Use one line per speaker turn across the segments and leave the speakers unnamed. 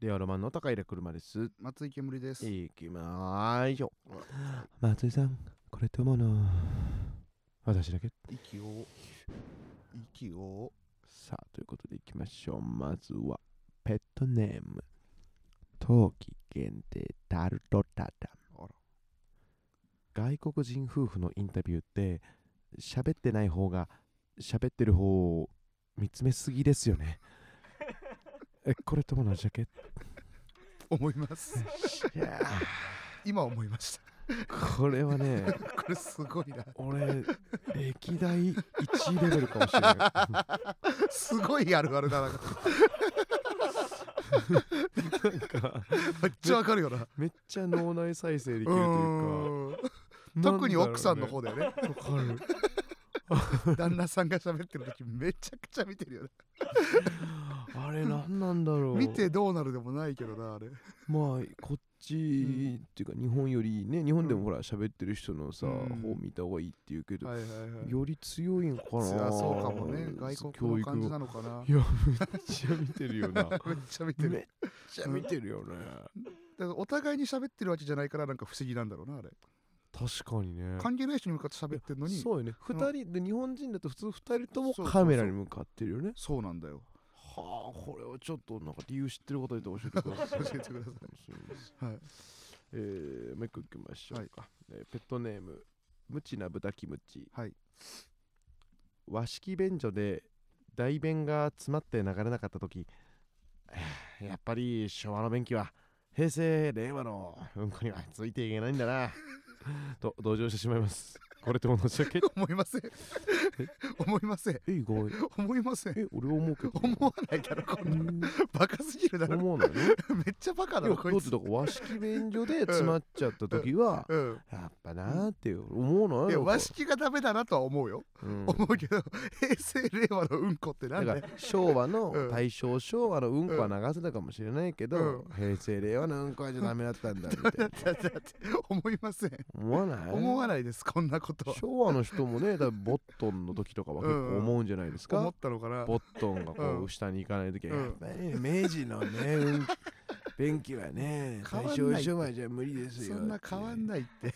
令和ロマンの高平車です。
松井煙です。
いきまーしょ
ほら。
松井さん、これと思うの。私だけ。
息を。息を。
さあ、ということでいきましょう。まずは、ペットネーム。冬季限定タルトタタ
あら
外国人夫婦のインタビューって、喋ってない方が、喋ってる方を見つめすぎですよ ね。え、これとものジャケッ
思い ます。
ト。いや
今思いまし
ーこれはね。
た。 これすごいな。
俺歴代1位レベルかもしれない
すごいあるあるだな。なんか
なんか
めっちゃわかるよな。
めっちゃ脳内再生できる
う
というか
ーん
なんだろうね
特に奥さんの方だよね。
わかる
旦那さんが喋ってる時めちゃくちゃ見てるよね。
あれ何なんだろう
見てどうなるでもないけどな、あれ。
まあこっち、
ん
っていうか日本よりね日本でも
うん
ほら喋ってる人のさ、
うん
方見た方がいいっていうけど、
はいはいはい。
より強いんかな
強そうかもね。外国の感じ
教育
なのかな。
いやめっちゃ見てるよな
めっちゃ 見
め
てる。
っちゃ見てるよね
だからお互いに喋ってるわけじゃないからなんか不思議なんだろうな、あれ。
確かにね
関係ない人に向かって喋ってるのに。
そうよね二人で日本人だと普通二人とも
そうそうそう
カメラに向かってるよね
そうなんだよ。
はあこれはちょっとなんか理由知ってる方いたら教えてください
教えてくださ
い
はい
えー、もう一個いきましょうか、えーペットネームムチな豚キムチ
はい
和式便所で大便が詰まって流れなかった時 えーやっぱり昭和の便器は平成令和のうんこにはついていけないんだなと同情してしまいますこれって同じだけ
思いません。思いません。
え意外
思いませ ん。
え俺は思うけど
思わないだろ、こんな。バカすぎるだろ。
思わないね。
めっちゃバカ
い
だ
やだ
ろ、こ
っ
い
て
つ。
だから和式便所 で詰まっちゃった時は、
うん。
やっぱなーって思うのよ。
いや、
僕は
和、式がダメだなとは思うよ。
うん
思うけど、平成、令和のうんこって な
だ
ん
か
だ
ら
よ。
昭和の、
うん
大正昭和のうんこは流せたかもしれないけど、
う
平成令和のうんこはじゃダメだったんだみ たいな
だってだって思いません。
思わない
思わないです、こんなことは。
昭和の人もね多分ボットンの時とかは結構思うんじゃないですか、
思ったのかな。
ボットンがこ
う
うん下に行かない時は、
うん
やっぱりね明治のね、うん、 便器はね大
変わんない
正昭和じゃ無理です
そ
よ
んな変わん
ない
ないって。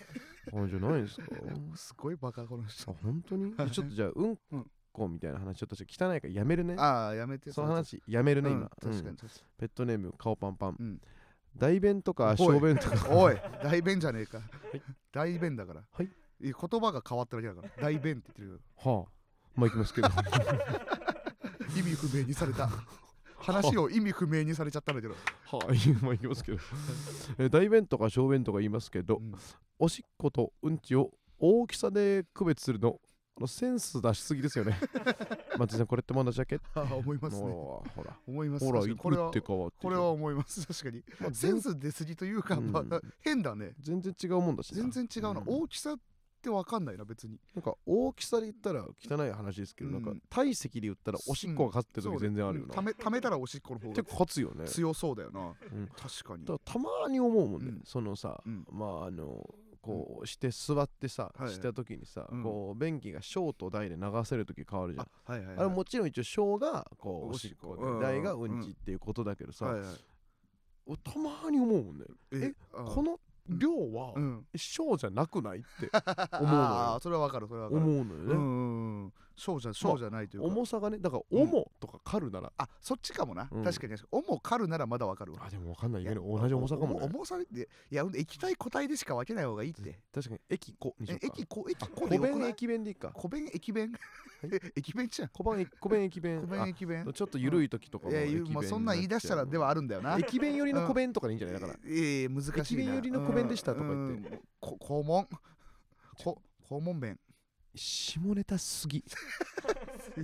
じゃないですか
すごいバカ、この人
あ。本当に、
はい
ちょっとじゃあうん
うん
こみたいな話ちょっとして汚いからやめるね
ああ、やめて。
その話やめるね、
うん
今
確か
うん
に。確か
ペットネーム顔パンパン、
うん
大便とか
おい
小便とか
に おい、大便じゃねえか
い。
大便だから。
はい
いや言葉が変わっただけだから。大便って言ってるよ。
はあまあいきますけ ど
意味不明にされ た話を意味不明にされちゃったんだけど、
はあいいまあいきますけどえ大便とか小便とか言いますけど
うん
おしっことうんちを大きさで区別するのあのセンス出しすぎですよ ね松井さんこれってまだジャケッ
あー思い
ト
ますね
ほら
思います
ほら
確
打
かにこれは
って変わって
これは思います確かに
まあ
セン
全
ス出すぎというか、
うん
まあ、変だね
全然違うもんだしな
全然違うな、
ん
大きさってわかんないな別に
なんか大きさで言ったら汚い話ですけど、
うん
なんか体積で言ったらおしっこが勝ってる
そう
時
ね
全然あるよな。
うんためためたらおしっこの方
結
が
構勝つよね。だ
強そうだよな、
うん
確かに
からたまに思うもんね、
うん
そのさ、
うん
まああのこうして座ってさ、
はい
した時にさ、
うん
こう便器が小と大で流せる時変わるじゃん。
あはいはいはい
あれもちろん一応小がこうお
お
しっ
しっ
こ
こ
で、
うん
大がうんちっていうことだけどさ、
はいはい
おたまに思うもんね、え
あー
この量は
うん
小じゃなくないって思うのよ
ああそれはわかるそれはわか
思
る
うのよね。
うんうんうんそうじゃそうじゃないというか、
重さがねだから「
うん
重」とか「狩る」なら
あそっちかもな、
うん
確かに確かに重かるならまだわかるわ
あでも分かんない
い
よ
や
ね同じ重さかも
おお
ね
重さでっていや液体固体でしか分けない方がいいって
確かに駅5にしよ
え
うか
液こ液こ
小
でよく
弁
ない
駅弁でいいか
小弁液弁 液弁じゃん
小弁小弁駅弁
小弁駅弁
あちょっと緩い時とか
い
も
や
駅
い
弁
う
に
ま
っ
あ
ちゃう
そんなん言い出したらではあるんだよな
駅弁寄りの小弁とかでいいんじゃないだから
ええ難しいな
駅弁寄りの小弁でしたとか言って
うんうんこ肛門こ肛 門弁
下ネタすぎ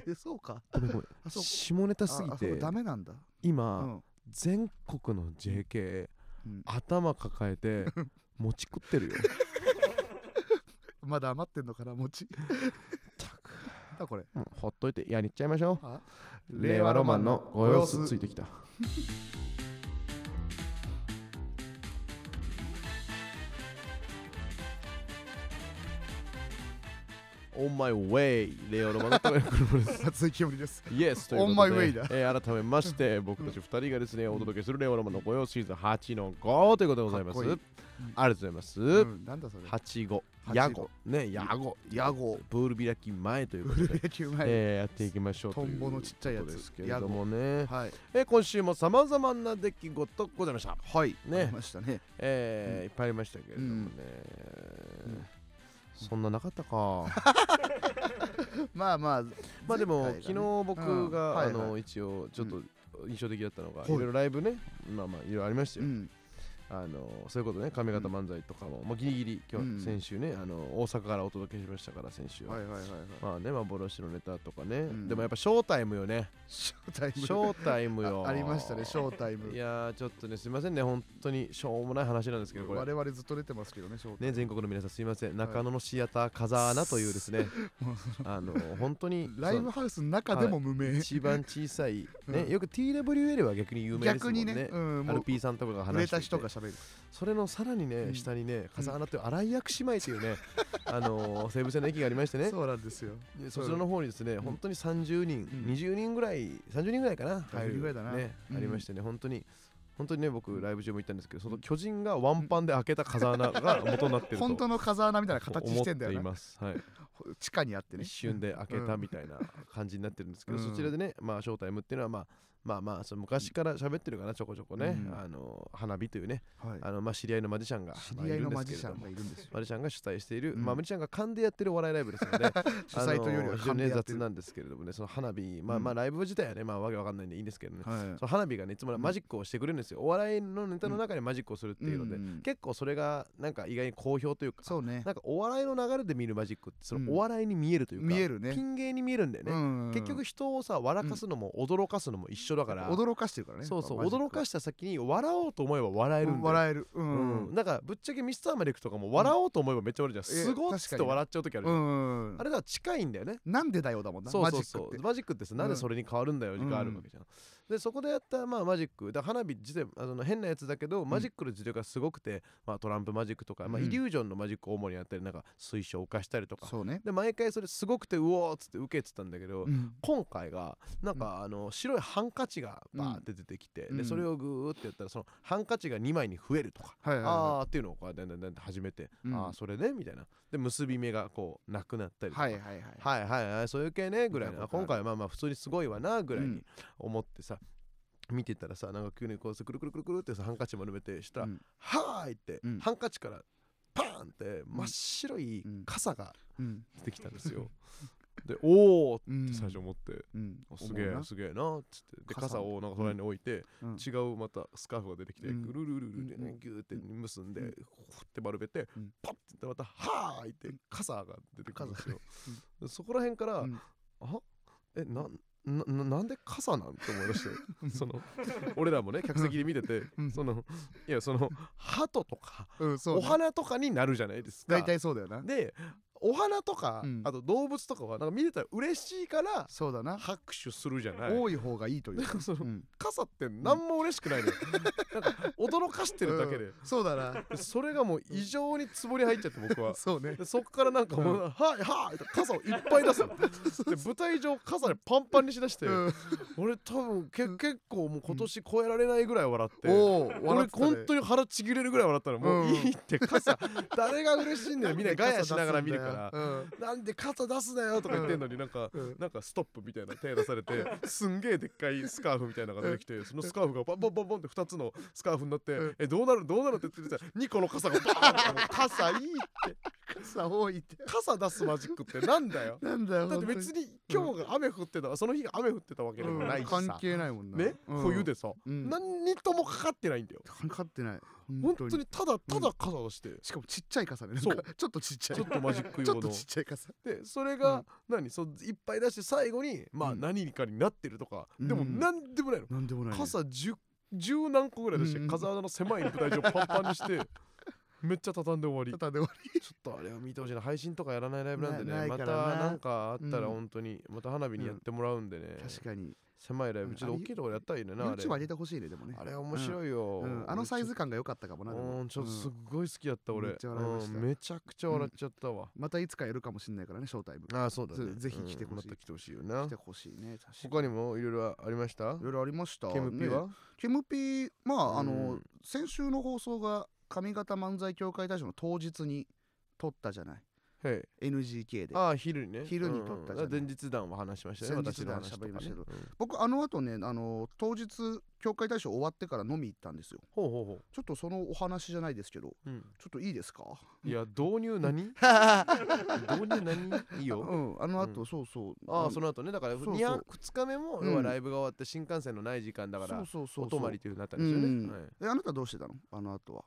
えそうか
ごめんごめ
あ
ん
そう
下ネタすぎ
ああそう
て
ダメなんだう
今
ん
全国の JK
うん
頭抱えて持ち食って るよ
まだ余ってんのかな餅
ったく
なんだこれ
もうほっといてやりっちゃいましょう
あ
令和ロマンのご様子ついてきた On my way! 令和の真中の 車です。
松井清盛です。
イエスというこ
On
と
my
で
way だ、
えー改めま して僕たち2人がですねお届けする令和ロマンの御用シーズン8の5ということでございます
かっこいい
ありがとうございます、
うん、なんだそれ。
8号
八五
ヤゴねヤゴ
ヤゴ。
プール開き前というこ
ブ
とで、
ルベキュー前。
えーやっていきましょうと
ト
いう
ンボのちっちゃいやつ
ことですけれどもね、
はい。
えー今週もさまざまな出来事ございました、
はい。
ね
ありましたね。
えー
うん
いっぱいありましたけれどもね、
うん
そんななかった か
まあまあ。
まあでも、
前回
昨日
がね
僕が、
うんはいはい
あの一応ちょっと印象的だったのが、
はい
いろいろライブねまあまあいろいろありましたよ、
うん。
あのそういうことね髪型漫才とかも、まあ、ギリギリ今日、
うん
先週ねあの大阪からお届けしましたから先週は、
はいはいはいはい。
まあね幻のネタとかね、
ん
でもやっぱショータイムよね
ショータイム。
ショータイムよ
あありましたね、ショータイム
い。やーちょっとねすいませんね本当にしょうもない話なんですけどこれ
我々ずっと出てますけどね、ショータイ
ね、全国の皆さんすいません中野のシアター風穴というです ね、あの本当に
ム。ライブ
その
ハウスの中でも無名。
一番小さい、ね
うん
よく TWL は逆に有名ですも
逆
んね
にね、うん、もう
RP さんとかが
売れ
話して
た
いて
人が喋る。
それのさらにね、
うん
下にね風穴という荒井薬師前という ね、あのー西武線の駅がありましてね
そうなんですよ。
でそちらの方にですね、
ん
本当に30人、
うん
20人ぐらい30人ぐらいかな
30人ぐらいだな
ね
うん
ありましてね本当に本当にね僕ライブ中も言ったんですけどその巨人がワンパンで開けた風穴が元になってると
本当の風穴みたいな形
思
し
って
んだ
てい
よな。
ます、はい、
地下にあってね
一。瞬で開けたみたいな感じになってるんですけど、
うん
そちらでね、まあ、ショータイムっていうのは、まあ、まあまあその昔から喋ってるかなちょこちょこね、
うん
あの花火というね
はい。
あの、まあ、知り合いのマジシャンが
知
まあ
り合いの
るん
マ
ですけれ
ジシ
ど
ャ
も
ンがいるん ですよ。
マリちゃんが主催している、
うん
まあ、マリちゃんが勘でやってるお笑いライブですので
主催というより
あの
は
非常
勘
に
で
ね
やっ
雑
てる。
なんですけれどもねその花火まあ
うん
まあライブ自体はねまあわけわかんないんでいいんですけどね、
はい
その花火がねいつもマジックをしてくれるんですよお笑いのネタの中でマジックをするっていうので、
ん
結構それがなんか意外に好評というか
そうね
なんかお笑いの流れで見るマジックってその
うん
お笑いに見えるというか、
見えるね
ピン芸に見えるんだよね、
うん
結局人をさ笑かすのも驚かすのも一緒だから、
驚かしてるからね
そうそう
やっぱマジッ
驚
クは
かした先に笑おうと思えば笑えるんだよ
笑えるう
うんんなんかぶっちゃけミスターマリックとかも笑おうと思えばめっちゃ笑うじゃん、
うん
すごっ
え
つって
確かに
笑っちゃう時ある
う
じゃん、
ん、
あれだから近いんだよね
なんでだよだもんな
そうそう
マジッ
そ
ク
う
って
マジックってさなんでそれに変わるんだよ
うん
があるわけじゃん、でそこでやった、まあ、マジックだから花火自体あの変なやつだけど、マジックの実力がすごくて、まあ、トランプマジックとか、まあ、
うん
イリュージョンのマジックを主にやったりなんか水晶を浮かしたりとか
そうね、
で毎回それすごくてうおーっつって受けてたんだけど、
うん
今回がなんかあの白いハンカチがバーって出てきて、
うん
でそれをグーってやったらそのハンカチが2枚に増えるとか、
はいはい
あ
は
ーっていうのをこうだんだんだんだん始めて、
うん
ああそれねみたいなで結び目がこうなくなった
い
りとか、
はいはいはい
はいはいはいそういう系ねぐらい
見
な
たことあ
今
る
回はまあまあ普通にすごいわなぐらいうに
ん
思ってさ、見てたらさなんか急にこうくるくるくるくるってさハンカチ丸めてしたら「
うん
はーい!」って、
うん
ハンカチからパーンって真っ白い
うん
傘が
うん
出てきたんですよ。でおーっ
うん
て最初思って、
うん
おすげえ
思うな
すげえなっつってで
傘
傘をなんか隣に置いて、
うん
違うまたスカーフが出てきて、
うん
ぐるるるるで
うんうん
ギューって結んで、
う
ほ
ん
って丸めて、
うん
パッてまた「はーい!」って傘が出てくるんですよ
傘、
でそこら辺から「
うん
あえななななんで傘なん?」て思い出してその俺らもね客席で見てて、
うん
そのいやその鳩とか、
うんそう
お
ね
花とかになるじゃないですか。
大体そうだよな
でお花とか、
うん
あと動物とかはなんか見てたら嬉しいから
そうだな
拍手するじゃない。
多い方がいいという か
その
うん
傘って何も嬉しくないのよ、なんか驚かしてるだけで、
うんそ うだな
でそれがもう異常にツボに入っちゃって僕 は
そうね
でそっからなんかもう「はいはい」と傘をいっぱい出す ので舞台上傘でパンパンにしだして、
うん
俺多分け結構もう今年超えられないぐらい笑って。
おー笑
俺
ってたね
本当に腹ちぎれるぐらい笑ったのもういいって傘、誰が嬉しいんだよみん なガヤしながら見るから
うん
なんで肩出すなよとか言ってんのになんか、
うん
なんかストップみたいな手出さ れてすんげえでっかいスカーフみたいなのが出てきてそのスカーフがバンバンバンバンって2つのスカーフになって
うん
えどうなるどうなるって言ってたら2個の傘がバーンってもう傘いいって
傘多いって
傘出すマジックってなんだよ
なんだよ
だって別に今日が雨降ってたその日が雨降ってたわけでも
本当
な
にう
い
ん
しさ、
関係ないもんな
ね、
うん
冬でさ、
うん
何にともかかってないんだよ
かってない
本当にただただ傘出して、
しかもちっちゃい傘ねなん
そう
かちょっとちっちゃい
ちょっとマジック
ちょ
用
っと
の
ちっちゃい傘
でそれが、
うん
何そういっぱい出して最後にまあ
うん
何かになってるとか、でも
うん
何でもないの、
なんでもないね
傘10十何個ぐらい出して、
うんうん
風穴の狭い舞台上パンパンにして めっちゃ畳んで終わり
ただで終わり
ちょっとあれを見てほしいな配信とかやらないライブなんでね
なない
ま
か
た
らな
なんかあったら
うん
本当に、また花火にやってもらうんでね、
確かに
狭いライブちょっと
う
大
ん
きいところやったらいいねなあれ
YouTube 上げてほしいねでもね
あれ面白いよ、
うんうんあのサイズ感が良かったかもなでも
うんちょっとすっ
うん
ごい好きだった俺
めっちゃ笑いました
うんめちゃくちゃ笑っちゃったわ、
またいつかやるかもしんないからねショータイム
ああそうだね
ぜぜひ来てほ
う
しい
んまた来てほしいよな
来てほしいね確か
他にもいろいろありました
いろいろありました
ケムピ
ね
は、
ケムピまああの、
うん
先週の放送が上方漫才協会大賞の当日に撮ったじゃない
はい
NGK で
ああ昼にね
昼に撮ったじゃない
うん前日談は話しましたね
前日
私の
談
話とか
喋りましたけど
ねうん
僕あの後ねあの当日協会大賞終わってから飲み行ったんですよ
ほうほうほ
ちょっとそのお話じゃないですけど
う、うん、
ちょっといいですか
いや導入 何導入何 いいよ
うんあの後、そうそう
ああそ
の
の後ねだから
そうそう
2泊2日目も
うん
要はライブが終わって新幹線のない時間だから、
そうそうそう
お泊まりというふうになったんですよ
う
ね、
ん
はい、
えあなたどうしてたのあの後は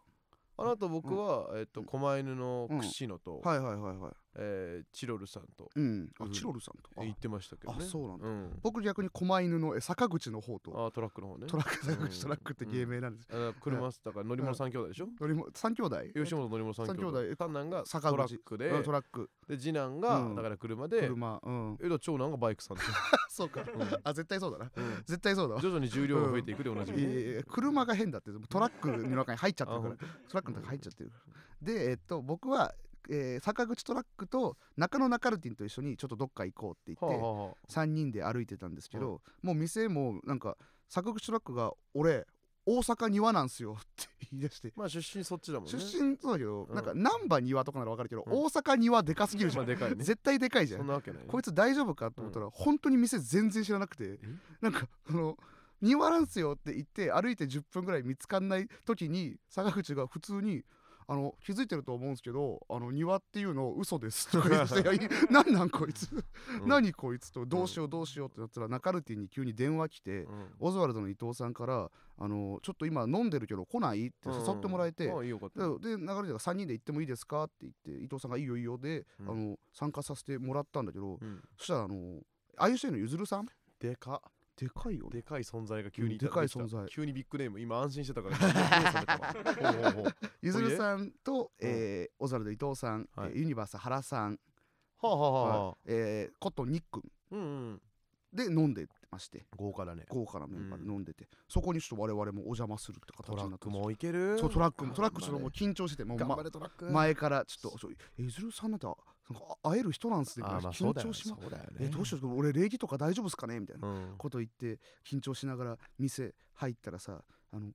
あなた僕は、えっと
うん
狛犬の串野と、
はいはいはいはい
えーチロルさんと
うんあ
うん
チロルさんとか
行ってましたけどね
あそうなんだ
うん、
僕逆に狛犬のえ坂口の方と
あートラックの方ね
トラック坂口
うん
トラックって芸名なんですよ
あだから車だから乗り物3兄弟でしょ、
乗りも三兄弟
吉本乗り物3兄弟
三兄弟
三男がト
坂口
ラックで
うんトラック
で次男が、
うん
だから車で
車うん
えだから長男がバイクさんで、
そうか
うん
あ絶対そうだな
うん
絶対そうだわ
徐々に重量が増えていくでおなじみ、
いやいやいや車が変だってトラックの中に入っちゃってるから
あ
トラックの中入っちゃってるからでえっと僕は、えー坂口トラックと中野ナカルティンと一緒にちょっとどっか行こうって
はあ
言って
はあは
3人で歩いてたんですけど、もう店もなんか坂口トラックが「俺大阪庭なんすよ」って言い出して
あ、まあ出身そっちだもんね
出身そうだけど、
うん
なんか難波庭とかなら分かるけど、
うん
大阪庭でかすぎるじ
ま
ゃ
あ
ん、
でかいね
絶対でかいじゃ
そん
ん
なわけないね、
こいつ大丈夫かと思ったら、本当に店全然知らなくてなんかあの「庭なんすよ」って言って歩いて10分ぐらい見つかんない時に坂口が普通に「あの気づいてると思うんですけどあの庭っていうの嘘です」とか言い出していや いや「何なんこいつ、
うん
何こいつ」と「どうしようどうしよう」ってなったらナカルティに急に電話来て、
うん
オズワルドの伊藤さんから「あのちょっと今飲んでるけど来ない?」って誘ってもらえて、
うんああいいよかった
でで流れで3人で行ってもいいですかって言って伊藤さんが「いいよいいよで」
うん
あの参加させてもらったんだけど
うん
そしたらあの ICA のゆずるさん
でかっ
でかいよね
でかい存在が急にい
でかい存在
た急にビッグネーム今安心してたから急に目覚めたわ ほうほう
ゆずるさんと、えーオズワルド伊藤さん、
はい
えーユニバース原さん、
ほうはあはあはあ
えーコットンニックン
うんうん
で飲んでまして
豪華だね
豪華なメンバーで飲んでて、そこにちょっと我々もお邪魔するって形
ト
にな
ラ
って
ックもいける
そうトラックもトラックちょっともう
も
緊張しててもう、
頑
ま
張れトラック
前からちょっとそう「えゆずるさんなんてあなんかあ会える人なんですね」
あーまあそ
緊
うだよ
張
ね
します
そうだよね
えどうしよう俺礼儀とか大丈夫ですかねみたいな
うん
こと言って緊張しながら店入ったらさあの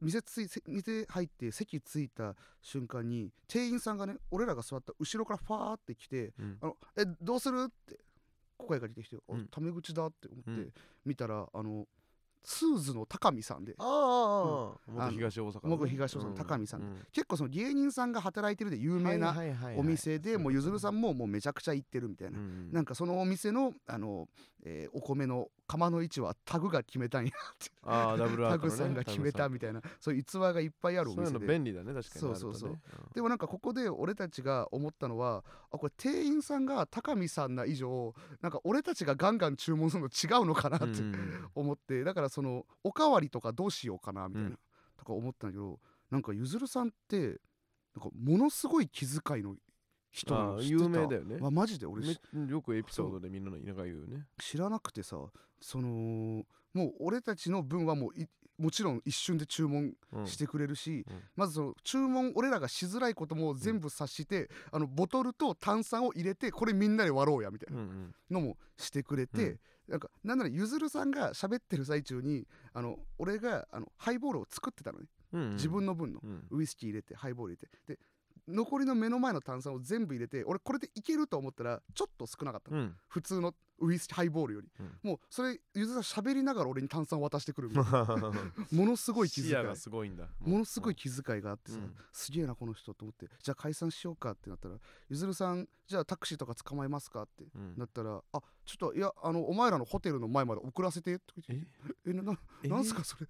店ついせ店入って席着いた瞬間に店員さんがね俺らが座った後ろからファーって来て
うん
「あのえどうする?」って声かけてきて「あ
うん
タメ口だ」って思
う
って
ん
見たらあのスーズの高見さんで
ああああ元
あの
東大阪のね
元東大阪の高見さん結構その芸人さんが働いてるで有
有
名なお店でもうゆずるさんももうめちゃくちゃ行ってるみたいななんんかそのお店のあの、えーお米の釜の位置はタグが決めたんやって
ああダブルア
タ
ートの
グ
ね
さんが決めた
タグ
みたいなそういう逸話がいっぱいあ
さん
るお
そういうの
店で
便利だね確かに
そうそうそうでもなんかここで俺たちが思ったのはあこれ店員さんが高見さんな以上なんか俺たちがガンガン注文するの違うのかなって、
うんうん
思ってだからそのおかわりとかどうしようかなみたいな、
うん
とか思ったんだけどなんかゆずるさんってなんかものすごい気遣いの人な
あ
の
あ
知ってた
有名だよね
わマジで俺
め
し
よくエピソードでみんなの田舎言うよね
知らなくてさそのもう俺たちの分はもういもちろん一瞬で注文
うん
してくれるし、
うん
まずその注文俺らがしづらいことも全部察して、あのボトルと炭酸を入れてこれみんなで割ろうやみたい
うん
な
うん
のもしてくれて、なんかなんならゆずるさんが喋ってる最中にあの俺があのハイボールを作ってたのね、
うんうん
自分の分の
うん
ウイスキー入れてハイボール入れてで残りの目の前の炭酸を全部入れて俺これでいけると思ったらちょっと少なかったの
うん
普通のウイスキーハイボールより、
うん
もうそれゆずさん喋りながら俺に炭酸渡して くるみたいなものすごい気
視
遣い
野がすごいんだ
ものすごい気遣いがあってさ、
うん
すげえなこの人と思ってじゃあ解散しようかってなったらゆずるさんじゃあタクシーとか捕まえますかって
うん
なったらあちょっといやあのお前らのホテルの前まで送らせてって言って
え
えなな
え
なんすかそれ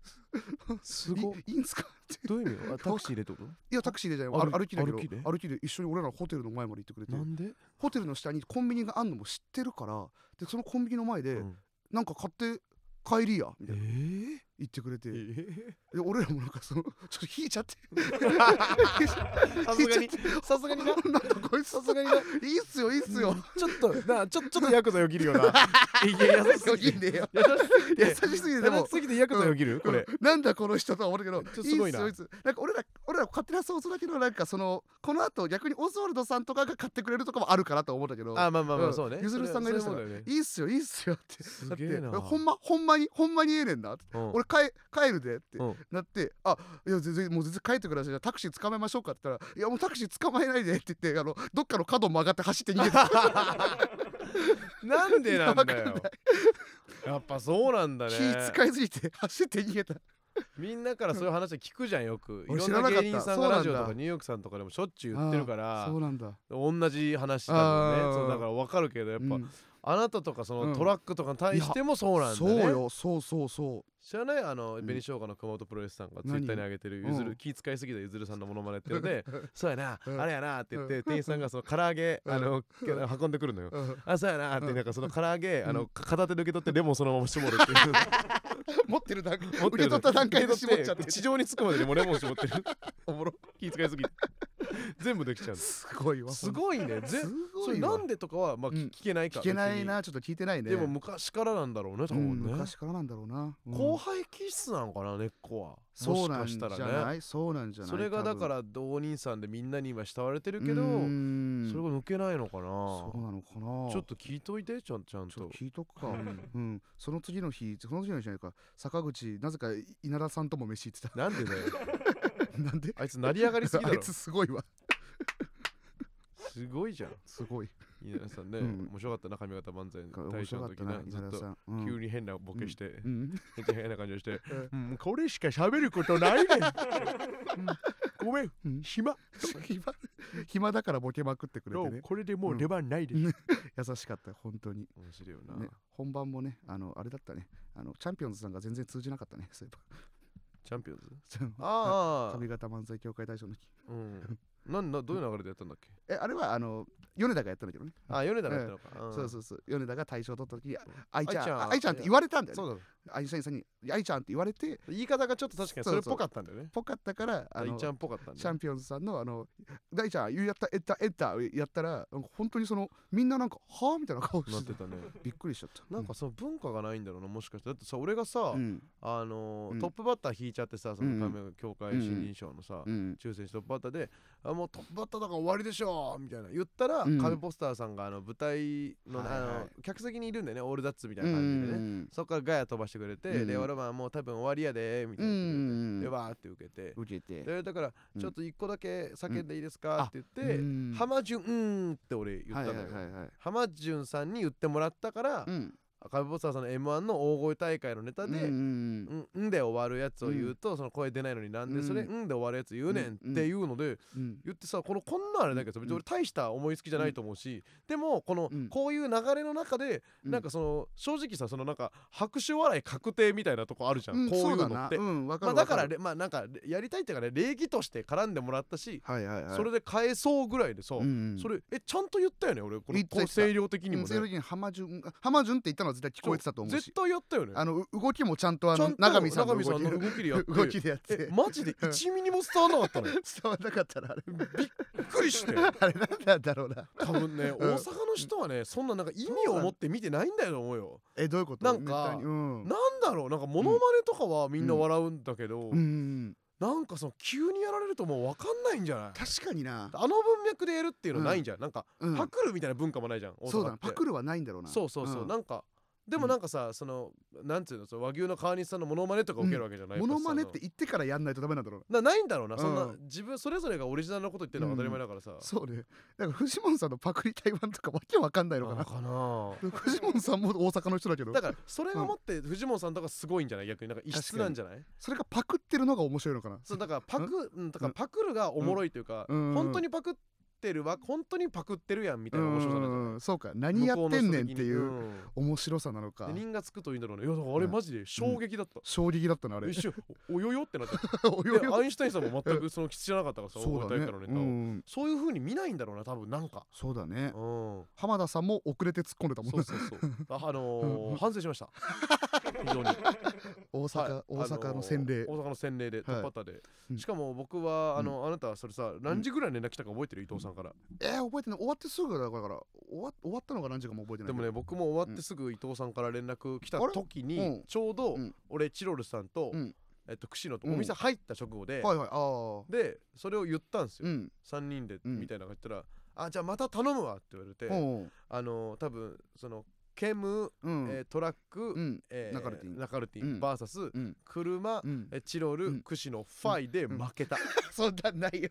すごっ
いいいんすかって
どういう意味あタクシー入れってこと
いやタクシーでじゃない歩
歩
歩きだけど
歩
歩
きで
きで一緒に俺らのホテルの前まで行ってくれて
なんで、
ホテルの下にコンビニがあんのも知ってるからでそのコンビニの前で、
うん
なんか買って帰りや」み
え
たいな言ってくれて
え
で俺らもなんかそのちょっと引いちゃって
さすがにさすがにな
なんかこいつ
さすがにない
いっすよいいっすよ
ちょっとなちょちょっとヤクザよぎる よないや優しす
よ
ぎ
ぎん
て
ねえよ
優しすぎて
優しすぎてで
優
も
しすぎてヤクザよぎるこれ
うんなんだこの人とは思うけど
ちょすごいな
っすよっすなんか俺ら俺ら勝手な想像だけどなんかそのこの後逆にオズワルドさんとかが買ってくれるとかもあるかなと思ったけど
あまあまあま
う
あ
ん
そうね
ゆずるさんがいらっしゃる
そううもんだよね
いいっすよいいっすよって
すげえな
だってほんまほんまにほんまにええねんなって
うん
俺帰帰るでって
うん
なって「あいや全然もう全然帰ってくださいじゃあタクシー捕まえましょうか」って言ったら「いやもうタクシー捕まえないで」って言ってあのどっかの角曲がって走って逃げた
なんでなんだ
いやわ
よ
かんな
やっぱそうなんだね
気使いすぎて走って逃げた
みんなからそういう話は聞くじゃんよくい
俺
ろ
知
ん
ら
な
なかった
芸人さんがラジオと
そうなん
か
だ
ニューヨークさんとかでもしょっちゅう言ってるから
そうなんだや
同じ話だもんね
あー
そうだからわかるけどやっぱ、あなたとかそうの
ん
トラックとかに対してもそうなんだ
そう
ね
よそうそうそ
知らないあの
ん
紅生姜の熊本プロレスさんがツイ
何
ッターに上げてるゆず
う
る
ん
気使いすぎたゆずるさんのモノマネっていうので「そうやな
うん
あれやな」って言っ
う
て
ん
店員さんがその唐揚げ
うん
あの運んでくるのよ
う、うん
あそうやなーって
うん
なんかその唐揚げ、
うん
あの片手で受け取ってレモンそのまま絞るっていう
持ってる段階
持って
受け取った段階で絞っちゃって
地上に着くまでにもうレモン絞ってるおもろ気遣いすぎて全部できちゃう
すごいわ
すごいねぜ
す
そ
ご
れ
い
な
わ
んでとかはまあ、
うん
聞聞けないか
聞けない
別
なちょっと聞いてない
に
ね
でも昔からなんだろうね多
うん
分ね、
昔からなんだろうなうん
後輩気質なのかな根っこは
そうなん
も
じ
しかし
ゃ
たら
な
ね
いそうなんじゃない
それがだからら同人さんでみんなに今慕われてるけどそれ
そ
が抜けないのかな
そうなのかな
ちょっと聞いといてちゃんちゃん
ちょっ
と
と聞いとくか、
う
うんんその次の日その次の日じゃないか坂口なぜか稲田さんとも飯行って
なんでだよ
たなんで
あいつ成り上がりすぎだ
あい
ろ
つすごいわ
すごいじゃん
すごい
稲田さんね、
うん
面白かったな髪型漫才の
面
大賞
白か
の
っ
時
た
なず
な稲
っ
田
と
さん、うん、
急に変なボケして、
うん
めっちゃ変な感じがして
うん、
うん、これしか喋ること ないねんごめん、
うん
暇
暇暇だからボケまくってくれ
ど
て
う
ね
これでもう出番ないで、
うん
面
優しかった本当に、
白いよな、
ね、本番もねあのあれだったねあのチャンピオンズさんが全然通じなかったねそうい
チャンピオンズ
えば
ああ
髪型漫才協会大賞の時
うん、なんなどういう流れでやったんだっけ、
えあれはあの米田がやったんだけどね
あ米田がやったのか、ん
そうそうそう米田が大賞取った時「あいちゃ
愛
ん
ちゃん
あ愛ちゃん」って言われたんだよ
そ
ね
うだね
アインシュタインさんに「愛ちゃん」って言われて
言い方がちょっと確かにそれっぽかったんだよね
ぽかったからあ
あい
の
ち
チ
ゃんっぽかったんだ
ャンピオンズさんの「あの大ちゃんやったエッタエッタ」やったらなんか本当にそのみんななんか「はあ?」みたいな顔
なっ
して
てたね
びっくりしちゃった
なんかその文化がないんだろうなもしかしてだってさ俺がさ、
うん
あのー
うん
トップバッター引いちゃってさそ
うん
の
うん
亀協会新人賞のさ、
うん
抽選してトップバッターで「あもうトップバッターだから終わりでしょ!」みたいな言ったら、
うん
亀ポスターさんがあの舞台の,、
はいはい
あの客席にいるんだよねオールダッツみた
う
いな感じでね、
ん
そっからガヤ飛ばしてくれて「
うん
令和ロマンもう多分終わりやで」みた
う
いな言ってくれて、
ん
でわーって受けて、
受けて
でだから
うん
ちょっと一個だけ叫んでいいですか、
うん
って言って、
うん
浜潤うんって俺言っ
はい
た
はい
のよ、
はいはい
浜潤さんに言ってもらったから
うん
赤部ボスターさんの m 1の大声大会のネタで「
う
うん
ん
うんで終わるやつを言うと、その声出ないのになんでそれ、
う
うんで終わるやつ言うねん
うん
っていうので
うん
言ってさこのこんなあれだけどさ別に俺大した思いつきじゃないと思うし、でもこの、
うん
こういう流れの中で、
うん
なんかその正直さそのなんか拍手笑い確定みたいなとこあるじゃん、
うん
こういう
そ
の
う
って。
だなうんわか
まあ、
る
だ
わ
から
る
れまあなんかれやりたいっていうかね礼儀として絡んでもらったし、
はいはいはい
それで返そうぐらいでさ、
うん
それえちゃんと言ったよね俺これ
言った
こう
言った
声量的に
う
も
ん
ね
その時に浜潤浜潤って言ったのは絶対聞こえてたと思う
絶
し
対やったよね
あのう動きもちゃんとあ
ちゃ
の
んと
永見さんの
永見さんの
動き
動きでやっ
動
て
きでやって
えマジで1ミリも伝わらなかったの よ
伝わんなかったらあれ
びっくりして
あれなんなんだろうな
多分ね大
う
阪
ん
の人はねそんななんか意味を持って見てないんだよと思うよ
えどういうこと
なんか
ネタにうん
なんだろうなんかモノマネとかはみんな笑うんだけど、
うん
なんかその急にやられるともう分かんないんじゃない
確かにな、
あの文脈でやるっていうのないんじゃん、なんか
うん
パクるみたいな文化もないじゃん大阪って
そうだなパクるはないんだろうな
そうそうそう、
ん
なんかでもなんかさ、そのなんていうのその和牛の川西さんのモノマネとか受けるわけじゃない
モノマネ
や
っ
ぱ
て
さ
言ってからやんないとダメなんだろう
なないんだろうな、そんな
うん
自分それぞれがオリジナルのこと言ってるのが当たり前だからさ、
なそうねだからフジモンさんのパクリ台湾とかわけわかんないのか
なの
な
かな
フジモンさんも大阪の人だけど
だからそれをもって藤本さんとかすごいんじゃない逆になんか異質なんじゃない
それがパクってるのが面白いのかな
そうだからパクうんだからパクるがおもろいというか、
うん
本当にパクっってるわ本当にパクってるやんみた
う
いな面白さなんじゃない
んそうか何やってんねんってい
向こ
う
の人的に
面白さなの
うん
か
で人がつくといいんだろうねいやだからあれマジで衝撃だった、
衝撃だったなあれ
一瞬おおよよってなっちゃった
およ
で
よ
アインシュタインさんも全くその知らなかったからさ
そ
大
う
声
だ
大
ね
会のネタ
う
を、
ん
そういう風に見ないんだろうな多分なんか、
そうだね
うん、
浜田さんも遅れて突っ込んでたもん
そう
ね
そう そうああの
うん
ー、反省しま した非常に
大
はい
阪大阪の洗
あの
礼
ー大阪の洗礼でト
はい
ップバッターで、
うん
しかも僕はあの、あなたそれさ何時ぐらい連絡来たか覚えてる伊藤さんから、
えー覚えてない終わってすぐだから終わ終わったのが何時かも覚えてな
で
い
も
ね
ね僕も終わってすぐ伊藤さんから連絡来た
あれ
時に、
うん
ちょうど
うん
俺チロルさんと、
うん
えっと串野と
うん
お店入った直後で、
はいはいああ
でそれを言ったんですよ、
うん
3人で
うん
みたいなのが言ったら「あじゃあまた頼むわ」って言われて、
うん
あのー多分そのケム、
うん
えートラック、
うん
えー
ナカルティン
ナカルティ
うん
ン VS
うん
車、
うん
えチロル、
うん
串野ファイで負けた、
そんなんないよ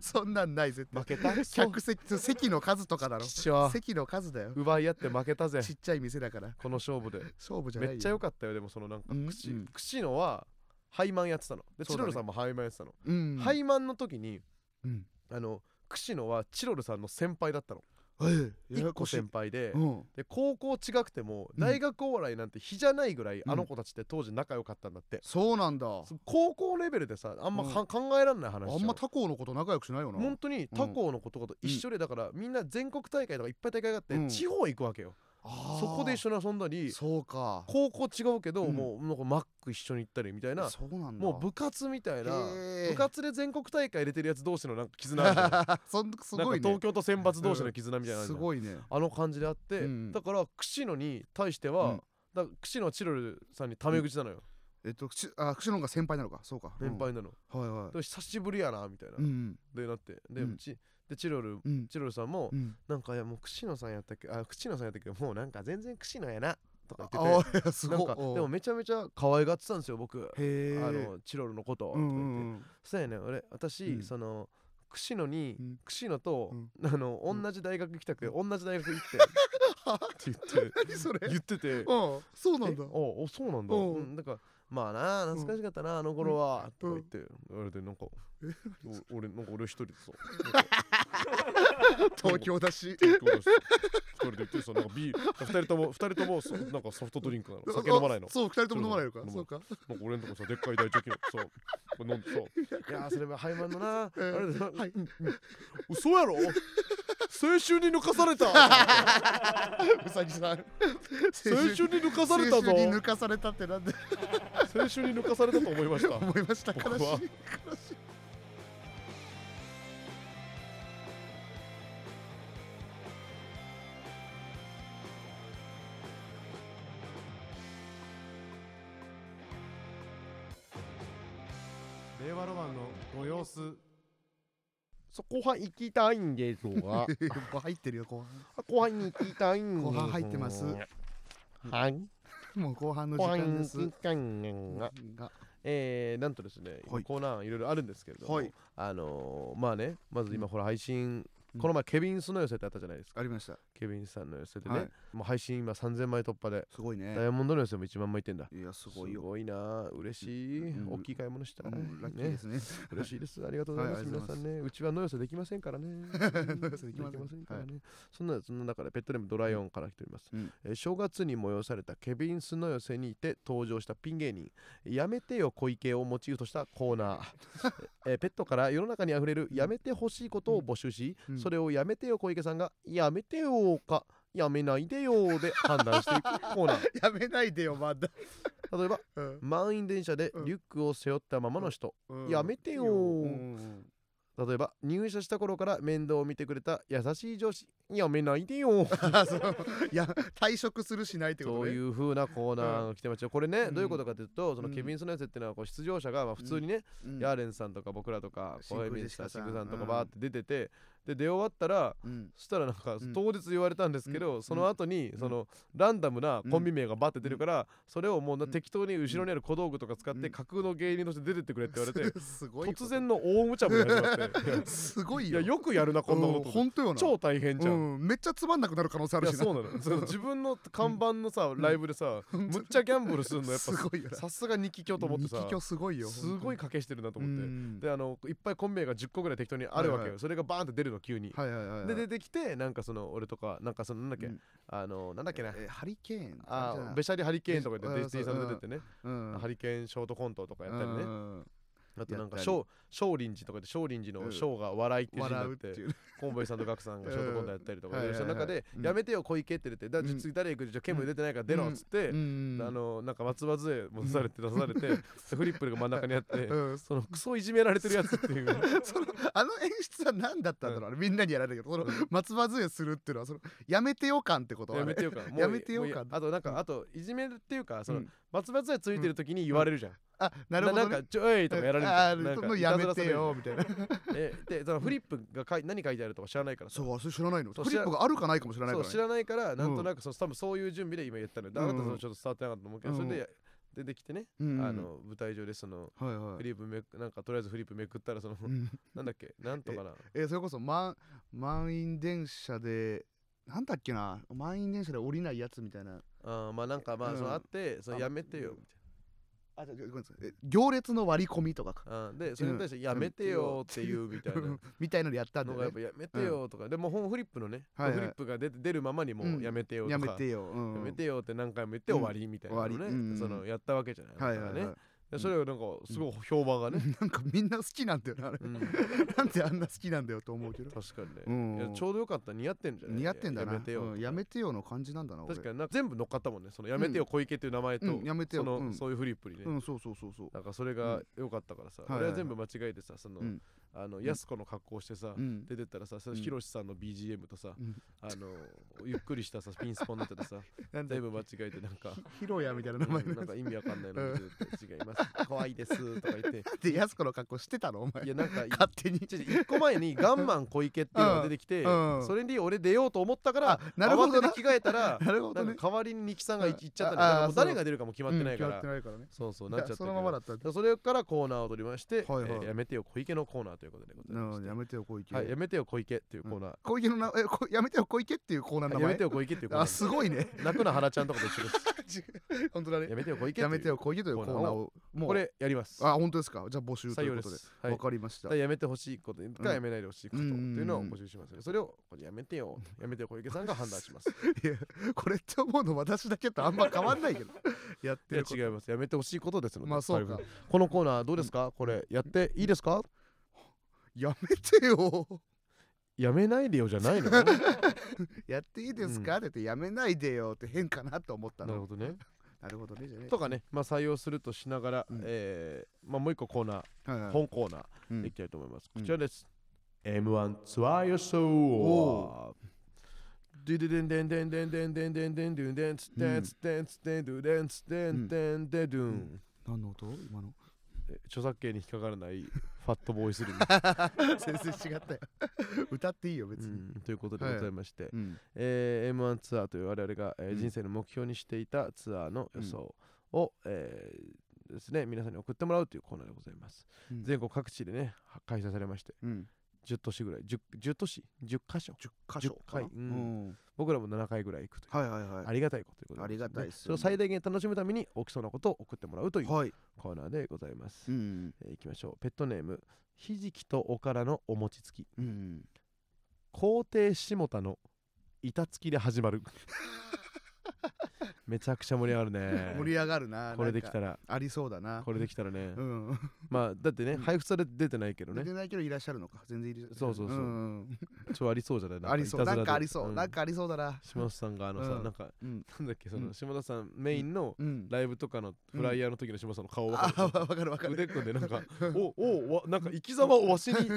そんなんない絶対
負け た
客席席の数とかだろ
貴重
席の数だよ
奪い合って負けたぜ
ちっちゃい店だから
この勝負で
勝負じゃないよ
めっちゃ良かったよでもそのなんか
うん
串
うん
串野はハイマンやってたので
そ
チ
うだ
ロ
ね
ルさんもハイマンやってたの、
うん
ハイマンの時に
うん
あの串野はチロルさんの先輩だったの
ええや
1
やこ
個
しい
先輩で、
うん
で高校違くても
うん
大学お笑いなんて比じゃないぐらい
うん
あの子たちって当時仲良かったんだって、
そうなんだあ
その高校レベルでさあんまは、考えられない話じゃ
んま他校のこと仲良くしないよな
本当に他校のことと一緒でだからみんな全国大会とかいっぱい大会があって
うん
地方へ行くわけよ、
あー
そこで一緒に遊んだり
そうか
高校違うけど、
うん
もうなんかマック一緒に行ったりみたいな
そうなんだ
もう部活みたいな
へー
部活で全国大会入れてるやつ同士のなんか絆あるじゃん
そん す
なん
ご
か
いね
東京と選抜同士の絆みたいなのあるじ
す
ゃん
ごいね
あの感じであって、
うん
だから串野に対しては、
うん
だから串野はチロルさんにタメ口なのよ、
えっとしあクシロンが先輩なのかそうかうん
年配なの、
はいはい
で久しぶりやなみたいな、
うん
でなってで,、
うん
ちでチロル
うん
チロルさんも、
うん
なんかいやもう串野さんやったっけあ串野さんやったっけどもうなんか全然串野やなとか言って
ああす
て
ご
ないんかでもめちゃめちゃ可愛がってたんですよ僕
へえ
あのチロルのことをと
う
か
ん
言って、
うんうん
そうやねん俺私、
うん
その串野に、
うん
串野と、
うん
あの
うん
同じ大学行きたくて、同じ大学行って
は
って言って
何 それ
言ってて
うんそうなん
え
だ
あおそうなんだ、
うん
うん、だからまあなあ懐かしかったな、あの頃は、とか言って言われてなんか
え
お俺なんか俺一人でさ
東京だし
東京だし二人で行ってさなんかビール二人とも二人ともそうなんかソフトドリンクなの酒飲まないの
そう二人とも飲まないのか
飲まない
そうか
なんか俺んとこさでっかい大ジョッキのさこれ飲んでさ「いやーそれはハイマンだなあ
えー
れだな、
はい
嘘やろ 青春に抜かされた
うさぎさん青
青春に抜かされた
青
ぞ
春に抜かされたってなんで
青春に抜かされたと思いました
思いました悲し
僕
い
は
悲しい
令和ロマンのご様子そこは行きたいんです が
もう入ってるよ後
後半に行きたいんです
後半入ってます
はい
半もう後半の時
後半
間
に
です
行きたいんが
が
えー、なんとですね、
はい
コーナーいろいろあるんですけれども、
はい
あのー、まあねまず今ほら配信、
うん
この前ケビンスの寄せってあったじゃないですか
ありました
ケビンスさんの寄せでね、
はい
もう配信今3000枚突破で、
すごいね
ダイヤモンドの寄せも1万枚いってんだ
いやすごい
す
よ
ごいなあ嬉しい、
うん
大きい買い物した、
うんラッキー
ね
ですね
嬉しいです。ありがとうございます。
はいあり
皆
がとうご
さ
ざい
ん
ます
ね、うちはのよさできません からね。
野寄せできません
でからね。そんな、そんな中でペットネームドライオンから来ております。
うん
えー正月に催されたケビンスの寄せにて登場したピン芸人、やめてよ小池をモチーフとしたコーナー。 えーペットから世の中にあふれるやめてほしいことを募集し、
うん
それをやめてよ小池さんが、やめてよか、やめないでよで判断していくコー ナー。
やめないでよまだ
例えば、
うん
満員電車でリュックを背負ったままの人。
うん
やめてよ
うん
例えば入社した頃から面倒を見てくれた優しい上司やめないで よ
あそういや退職するしないってこと
そう
ね
いう風なコーナーが来てましたよこれね、
うん
どういうことかというとその
うん
ケビンスのやつっていうのはこう出場者がまあ普通にね、
うん
ヤーレンさんとか僕らとか
シン
小
ク
江水さん
ジ
シ
ェシカさん
ンクさんと
う
か
ん
バーって出てて、で出終わったら
うん
そしたらなんか
うん
当日言われたんですけど、その後に
ん
そのランダムなコンビ名がバッて出るから、それをもうな
うん
適当に後ろにある小道具とか使っ
う
て
ん
架空の芸人として出てってくれって言 われて
す ごいこと
突然の大無茶ぶりが始ま って
すごい
い
よ
やよくやるなこんなことと思って
本当よな
超大変じゃん。
うん、めっちゃつまんなくなる可能性
い
ある
や
しな
そうなのその自分の看板のさ、ライブでさ、 むっちゃギャンブルするのやっ
すごいよ
ぱ
な
さすが日記教と思ってさ
日記すごいよ
すごい
か
賭けしてるなと思って、
て
であのいっぱいコンビ名が10個ぐらい適当にあるわけよ、
はいは
それがバーンって出るるの急に、
はいはいはいはい
で出てきてなんかその俺とかなんかそのなんだっけ、
うん
あのなんだっけな、
えハリケーン
あ
れじゃな
ー
い
ベシャリハリケーンとか言って
ベ
デ
シ
ィ
うん
スティさん出てってね、
うん
ハリケーンショートコントとかやったりね、
うん
あとなんか
やったり
少少林寺とかで少林寺
う
の
ん
少が笑いって字にな
笑
っ、
うってていう
コンボイさんとガクさんがショートコントやったりとか
うん
いろいろした中
はい
で
はいはいうん
やめてよ小池って出てだって
うん
次誰行くじゃあケム出てないから出ろっつって
うん
あのなんか松葉杖戻されて出されてフリップルが真ん中にあって
うん
そのクソいじめられてるやつっていう
そのあの演出は何だったんだろう、あれみんなにやられるけどその松葉杖するっていうのはそのやめてよ感ってことは
やめてよかもう
やめてよ
も
か
ういいあとなんかあといじめるっていうかその
うん
松葉杖ついてる時に言われるじゃん
あなるほど、ね、
なんかちょいとかやられるじゃん
あ
なん
あそ
か
の
い
や
たず
め
らされ
て
るじゃん
よ みたいな
えでそのフリップが書い何書いてあるとか知らないからさ
そうあそれ知らないの
そう
フリップがあるかないかも知らない
そう
から、ね、
知らないからなんとなくその多分そういう準備で今言ったのよだからあなた
う
そ
ん
れちょっと伝わってなかったと思うけどそれでや出てきてね
うん
あの舞台上でその
はいは
フ
い
リップめくなんかとりあえずフリップめくったらその、
うん
なんだっけなんとかな
えーそれこそ満満員電車でなんだっけな満員電車で降りないやつみたいな
あーまあなんかまあ
うん
そのあってその
あ
やめてよみ
あじゃあごめんなさいえ行列の割り込みとかか
たいなあーでそれに対してやめてよっていうみたいな
みたいのでやったんだ
のがや
よ
っ
ね
ぱやめてよとかでもうほんフリップのね
はいはい
フリップが出て出るままにもうやめてよとか
やめてよ、うん、
やめてよって何回も言って終わりみたいなの
うん終わりうんうんう
ね
ん
そのやったわけじゃ
は
ないい
は
だか
いはい、
らねでそれがなんかすごい評判がね
なんかみんな好きなんだよ なあれ
うん
なんであんな好きなんだよと思うけど。
確かにね
うん
いやちょうどよかった似合ってんじゃない
似合ってんだな。
やめてよと
う
か
んやめてよの感じなんだな。俺
確かになんか全部乗っかったもんねそのやめてよ小池っていう名前と
うんやめてよ
その、
うん
そういうフリップにね、
うん、そうそうそうそう。
なんかそれが良かったからさ、
はいはい
俺は全部間違えてさその、
うん
あの
ん
やす子の格好してさ、
うん。
出てったらさその
うん
ひろしさんの BGM とさ、
うん
あのゆっくりしたさピンスポンになって てさ
なんだ
全部間違えてなんか
ひひろやみたいな名前
う
の
んなん
やつ
か意味わかんないのずっと違います怖いですとか言っ て
で、やす子の格好してたのお前
い。やなんかい
勝手に。
ちょちょ一個前にガンマン小池っていうのが出てきて、
うんうん
それに俺出ようと思ったから
あなるほどな
慌てて着替えたら
なるほ
な
ど
ん
ね。
か代わりに二木さんがい
うん
行っちゃったの
あ
よだ
あ
からもう
そう
誰が出るかも決まってないから、
うん決まってないからね。
そうそう
い
なっ
や
ちゃったけ
そ
ど
のままだったって。
だからそれからコーナーを取りまして、
はいはい
えーやめてよ小池のコーナーということでございま
な
し
ん
て
やめてよ、小池。
はい、やめてよ小池っていうコーナー、
小池の名えこやめてよ、小池っていうコーナーの
あ
名
や
前。
めてよ小池っていうコーナ
あ、
ー
すごいね。
泣くな原ちゃんとかと一緒です
本当だね
や。めてよ小池っていう
やめてよ、小池というコーナーを。もう
これやります
あ、本当ですか。じゃあ募集と
採
い
用
う
で
ことで。
すはい
わかりまし
だ
た
か。らやめてほしいことか
うん
やめないでほしいことっ
う
て
ん
いうのを
うんうん
募集しますのでそれをこれやめて よやめてよ小池さんが判断します
いやこれって思うの私だけとあんま変わんないけ どやっ
い
て
や
ること
違いますやめてほしいことですので
まあそうか
はいこのコーナーどうですかこれやっていいですか
やめてよ
やめないでよじゃないのな
やっていいですか、って言ってやめないでよって変かなと 思った
る
の
ほどね
なるほどねじゃね
とかね、まあ、採用するとしながら、
うん
えーまあ、もう一個コーナー、
はいはい
本コーナ
う
ー
ん
いきたいと思います。
うん
こちらです。M1 ツアー予想
お
デュデュデンデンデンデンデンデンデンデンデンデンツデンツデンツデンデンデンツデンデンデンデ
う
ン
ん何の音今の
え著作権に引っかからないファットボーイスリム、
全然違ったよ 歌っていいよ別
う
に、
ん、ということでございまして、
うん
えー M1 ツアーという我々が、えー
うん
人生の目標にしていたツアーの予想を、えーですね皆さんに送ってもらうというコーナーでございます、
うん
全国各地でねは開催されまして
うん、
10都市ぐらい 10, 10都市10箇所
10箇所か
10回
な、
う
うんん
僕らも7回ぐらい行くという、
はいはいはい
ありがたいことでございます
ありがたいっす
それ
よ
を
ね
最大限楽しむために起きそうなことを送ってもらうという
はい、
コーナーでございます、
うんうん
えー、いきましょうペットネームひじきとおからのお餅つき
うん、
皇帝下田の板つきで始 まるめちゃくちゃ盛り上がるね
盛り上がるな
これできた
ら
ら
ありそうだな
これできたらね、
うん、
まあだってね配布されて出てないけど
出
ね
てないけどいらっしゃるのか全然いる
そうそうそうん
ん
ちょありそうじゃない
ありそうなんかありそう、
なんかいたずらで
なんかありそうだな
島田さんがあのさ、
うん
なんか、
うん
なんだっけそうの
ん
島田さんメインの
うん
ライブとかのフライヤーの時の島田さんの顔わ
あ
かる
わかるわかる
腕組んでなん か「おおわなんか生き様をわしに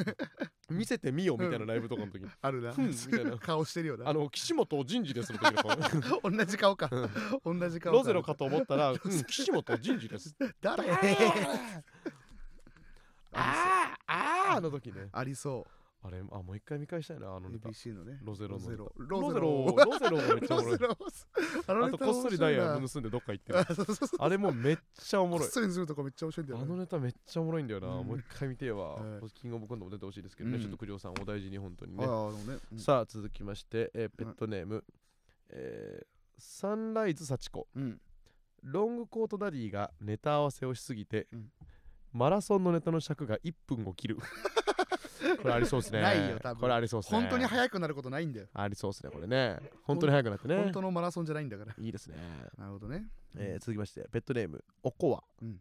見せてみよ」みたいなライブとかの時に
あるな
ふんみたいな
顔してるよな
あの岸本人事ですの 時の顔
同じ顔か 同じ顔
ロゼロかと思ったら「うん岸本人事 です」
誰
あーあーの時ね
ありそ
あれあもう一回見返したいなあ
う
のネタ
ABC のね
ロゼロのネタ
ロゼ
ロ
ロ
ゼロロゼロもめっちゃおもろ
ロ
い
ゼロあの
あ
ネ
と
タ
こっそりダイヤ
面
盗んでどっか行って
白いな
る
あそうそうそう
あれもめっちゃおも
こ
ろ
っ
い
そりするとこめっちゃ面白いんだよ
あの
ね
ネタめっちゃおもろいんだよな、
うん
もう一回見てよわ、
はい
キングオブコントも出てほしいですけどね、
うん
ちょっと九条さんお大事に本当に
あ
ね、
あのねうん
さあ続きまして、えーペットネーム、えーサンライズ幸子
うん
ロングコートダディがネタ合わせをしすぎて、
うん
マラソンのネタの尺が1分を切るこれありそうですね
ないよ多分
これありそうですね
本当に
い
速くなることないんだよ、
ありそうですねこれね本当に早くなってね
本当のマラソンじゃないんだから
いいですね、
なるほどね
えー続きましてペットネームおこわ、
うん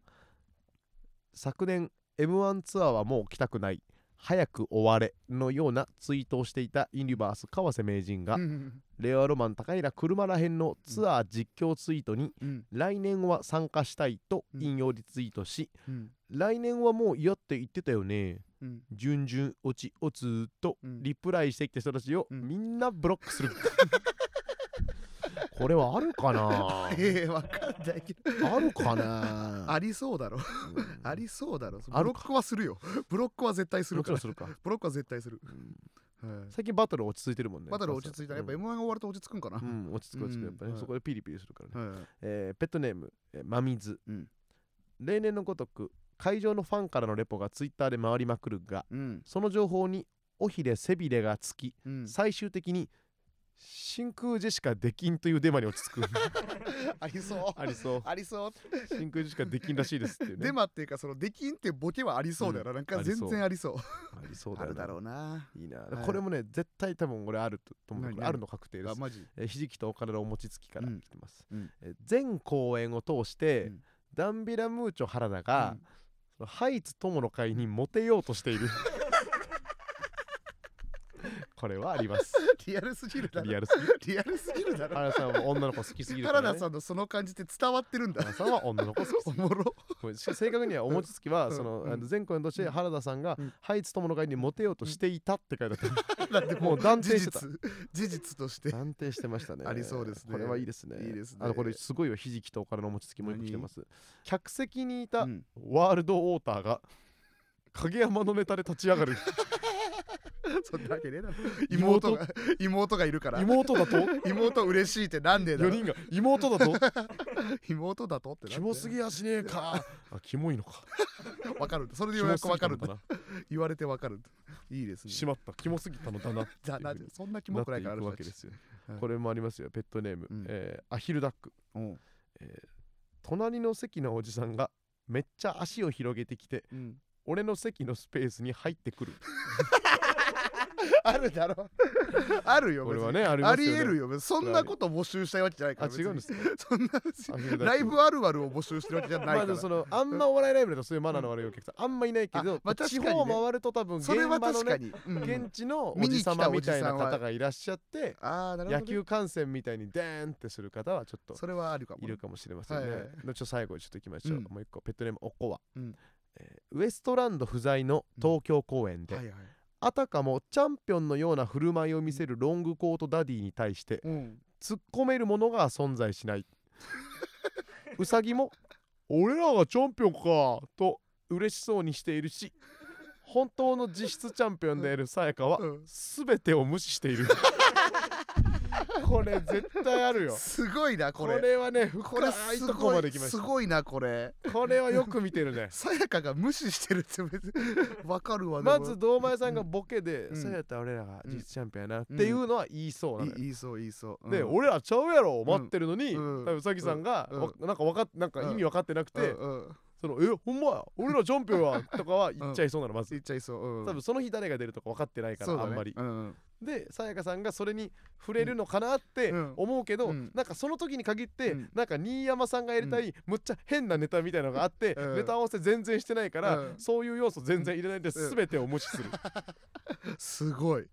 昨年 m 1ツアーはもう来たくない早く終われのようなツイートをしていたインリバース川瀬名人が、
うん
令和ロマン高平車らへんのツアー実況ツイートに、
うん
来年は参加したいと引用リツイートし、
うん
来年はもう嫌って言ってたよね
うん
順々落ち落ちと
うん
リプライしてきた人たちを
うん
みんなブロックする、 これはあるかな
ええわかんないけど
あるかな
ありそうだろ
うん
ありそうだろブ
ある
ロックはするよブロックは絶対する
も
か
ちろ
ら
んするか、
ブロックは絶対する、
うん
はい
最近バトル落ち着いてるもんね
バトル落ち着いたらやっぱ
うん
m 1が終わると落ち着くんかな、
うん、落ち着く落ち着くやっぱね、
うん
そこでピリピリするからね、
はい
えーペットネーム、えー、真水、
うん
例年のごとく会場のファンからのレポがツイッターで回りまくるが
うん
その情報に尾ひれ背びれがつき、
うん、
最終的に真空ジェシカできんというデマに落ち着く
ありそう
ありそう
ありそう
真空ジェシカできんらしいですっていうね
デマっていうかそのできんってボケはありそうだよな、なんか全然ありそう
ありそうだ
あ
よ
る
な
だろうない
いな、
はい
これもね絶対多分俺あると思う
何
これあるの確定で
あ
す
マジ
えーひじきとおからのお餅つきから
うん
来てます、
うん
えー全公演を通して、
うん
ダンビラムーチョ原田が、
うん
そのハイツ友の会にモテようとしてい るこれはあり ます
リアルすぎるだろ
リアル
リアルすぎるだろ
原田さんは女の子好きすぎるか
原
ら、
田
ね、
さんのその感じって伝わってるんだ
原田さんは女の子好き
お もろ
これし正確にはお餅つきは
うん
その
うん
あの全公演として原田さんが
うん
ハイツ友の会にモテようとしていたって書いてあっ
だって
もう断定してた
事実事実として
た安定してましたね
ありそうですね
これはいいですね
いいですね
あのこれすごいよひじきとおからのお餅つきもよく来てます客席にいた
うん
ワールドウォーターが影山のネタで立ち上が る
そんなわけねえだろ
妹
妹が妹がいるから
妹 だと
妹嬉しいってなんでだ
4
ろ
人が妹だ と
妹だとってなんで
キモすぎやしねえ かあキモいのか
わかるんだそれ
キ
でよう
モ
や
す
く
ぎ
わ
た
か
の
るん
か
だ
な
言われてわかるんだいいですね
しまったキモすぎたのだな
だな
っていう
そんな キ
な
モ
っ
く
て
ない
い
から
くわけですよ
はい
これもありますよペットネーム
うん
えーアヒルダック
うん
隣の席のおじさんがめっちゃ足を広げてきて
うん
俺の席のスペースに入ってくる
あるだろあるよ
これ
別に
はねありま
あ
す
り
よね
えるよ別にそんなこと募集したいわけじゃないか
あ
ら
違うん ですすね
そんな別
ア
に
ヒルダック
ライブあるあるを募集してるわけじゃないか
ま
ら、
あでもそのあんまお笑いライブだとそういうマナーの悪いお客さんあんまいないけ
あ
ど、
まあ確か
地
にね
方を回ると多分現
それは
場の
確か
ね
に、うん
現地のおじさまみたいな方がいらっしゃって
ああなるほどね、
野球観戦みたいにデーンってする方はちょっと
それはあるかもね
いるかもしれませんね。
はいはい
のちょっと最後にちょっと行きましょう。
うん
もう一個ペットネームおこわ、
うん
えーウエストランド不在の東京公演で、
はいはい
あたかもチャンピオンのような振る舞いを見せるロングコートダディに対して
うん、
突っ込めるものが存在しないウサギも「俺らがチャンピオンか」と嬉しそうにしているし本当の実質チャンピオンであるさやかは
うん
全てを無視しているこれ絶対あるよ
すごいな
こ
こ
れ
れ
はね
こ
深
れ
い
す
とこま
ご
で
い
来まし
す
た
ごいなこれ
これはよく見て るね
さやかが無視してるって別に わかるわでも
まず堂前さんがボケで「
うん
そうやったら俺らが実質チャンピオンやな」っ
うん
ていうのは言いそうなのよ
い言いそう言いそう、うん
で、俺らちゃうやろ待ってるのに、
うん
うさぎさんが、
うん
わなんかわかっなんか意味分かってなくて、
うんうん
その「えほんまや俺らチャンピオン や」とかは言っちゃいそうなのまず、
言っちゃいそう、うん、
多分その日誰が出るとか分かってないから、
そうだ
あ
ね
んまり
う、ん
でさやかさんがそれに触れるのかなって
うん
思うけど、
うん
なんかその時に限って、
うん
なんか新山さんがやりたい、むっちゃ変なネタみたいなのがあって、
うん
ネタ合わせ全然してないから、
うん
そういう要素全然入れないで
うん
全てを無視 する、
すごい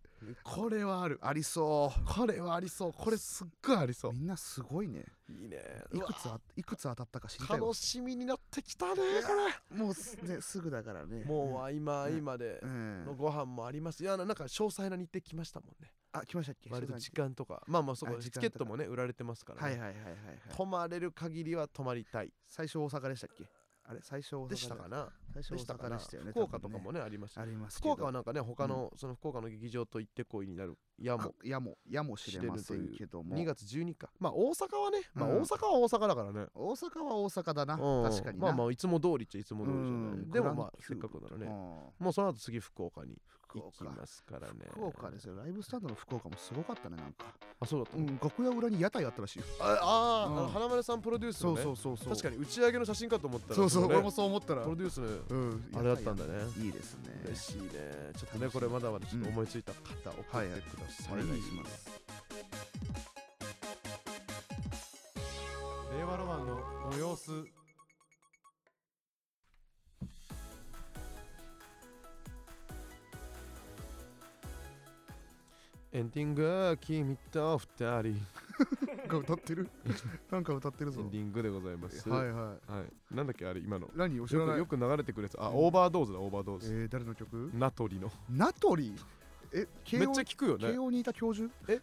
これはあるありそ
これはありそうこれすっごいありそう
みんなすごいね
いいね
いくつあいくつ当たったか知りたいわ
楽しみになってきたねこれ
もうす,、 ね、すぐだからね
もう合間合
うん
間で
うん、う
の
ん、
ご飯もあります。いや、ななんか詳細な日程来ましたもんね。
あ来ましたっけ
割と
そうだっ
時
け
間とか。まあまあ、そこ
あ
チ
時間とか
ケットもね、売られてますから、ね
はいはいはいはいはい
泊まれる限りは泊まりたい。
最初大阪でしたっけあれ最初大阪
でしたかな
最初
で
大
したか
阪
な
でしたよね
福岡とかも
ね
ね、ありました。
ありますけ
福
ど
岡はなんかね、他の、その福岡の劇場と行ってこいになる。いや、も
あやもやもしれませんけど
う
も
2月12か。まあ、大阪はね、まあ、
うん
大阪は大阪だからね。
大阪は大阪だな
うん
確かにな
まあまあ、いつも通りっちゃいつも通りじゃ
う
ない。
ん
で
グ
も
ラン
まあ、
キ
せっ
ューブ
かくならね。
うん
もうその後次、福岡に。
福
行き
岡
ますからね
福岡ですよライブスタンドの福岡もすごかったねなんか、
あそうだった
う
の、
ん、楽屋裏に屋台あったらしいよ
ああー、
うん
あの花丸さんプロデュース
そ
の
う
ね
そうそうそう
確かに打ち上げの写真かと思ったら
そうそう
れ
俺もそう思ったら
プロデュースの
うん
あれだったん
だ
だね
いいですね
嬉しいねちょっとね
楽しい
これまだまだちょっと
うん
思いついた方送
はい
っ
はい
てくださ
お
い、
願いします
令和ロマンのご様子エンディング君と二人エ
なんか歌ってる なんか歌ってるぞ
ンディングでございます
はい
い、
は
はい、なんだっけあれ今の
い何お知
よ
ら
く
ない
よく流れてくるやつあ、
うん
オーバードーズだオーバードー
え
ズ、
ー、誰の曲
ナトリの
ナトリえ慶
めっ
応
ちゃ聞くよね
慶応にいた教授
え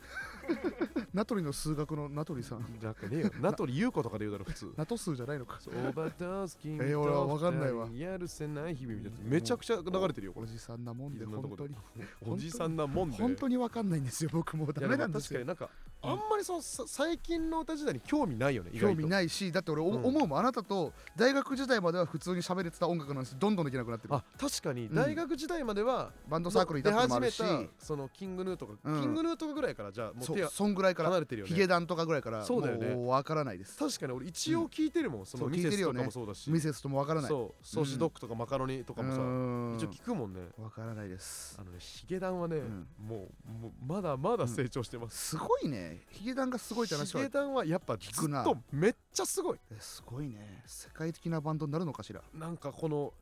ナトリの数学のナトリさん
なんかねえ よナトリ優子とかで言うだろ普通
ナト数じゃないのか
そうオーバードーズ君と
えー俺はわかんないわ
二人やるせない日々みたいなやつめちゃくちゃ流れてるよこ
お
れ
じさんなもんで
いろんなとこ
本当に
おじさんなもんで
本当にわかんないんですよ僕もう
い
ダ
や
メなんです
確か
よ
になんか、
うん
あんまりそのさ最近の歌時代に興味ないよね意
興
外と
味ないしだって俺お
うん
思うもんあなたと大学時代までは普通に喋れてた音楽の話どんどんできなくなってる
あ確かに
うん
大学時代までは、
バンドサークルにいた
出
ってのも
始
あ
め
るした
そのキングヌーとか、
うん
キングヌーとかぐらいからじゃあもう
そ
手
う
が
そんぐらいから
離れてるよ
ヒ
ね
ゲダンとかぐらいから
そうだよね
もうわからないです
確かに俺一応聞いてるもん、その
そう
ミセスとかも
聞いて
そうだし
ミセスともわからない
そうソーシドッグとかマカロニとかもさ、
も
一応聞くもんね
わからないです
あのねヒゲダンはね、
うん
もうもうまだまだ成長してます、
すごいねヒゲダンがすごいって話
ヒ
は
ゲダンはやっぱずっ
聞くな
とめっちゃすごい
えすごいね世界的なバンドになるのかしら、
なんかこの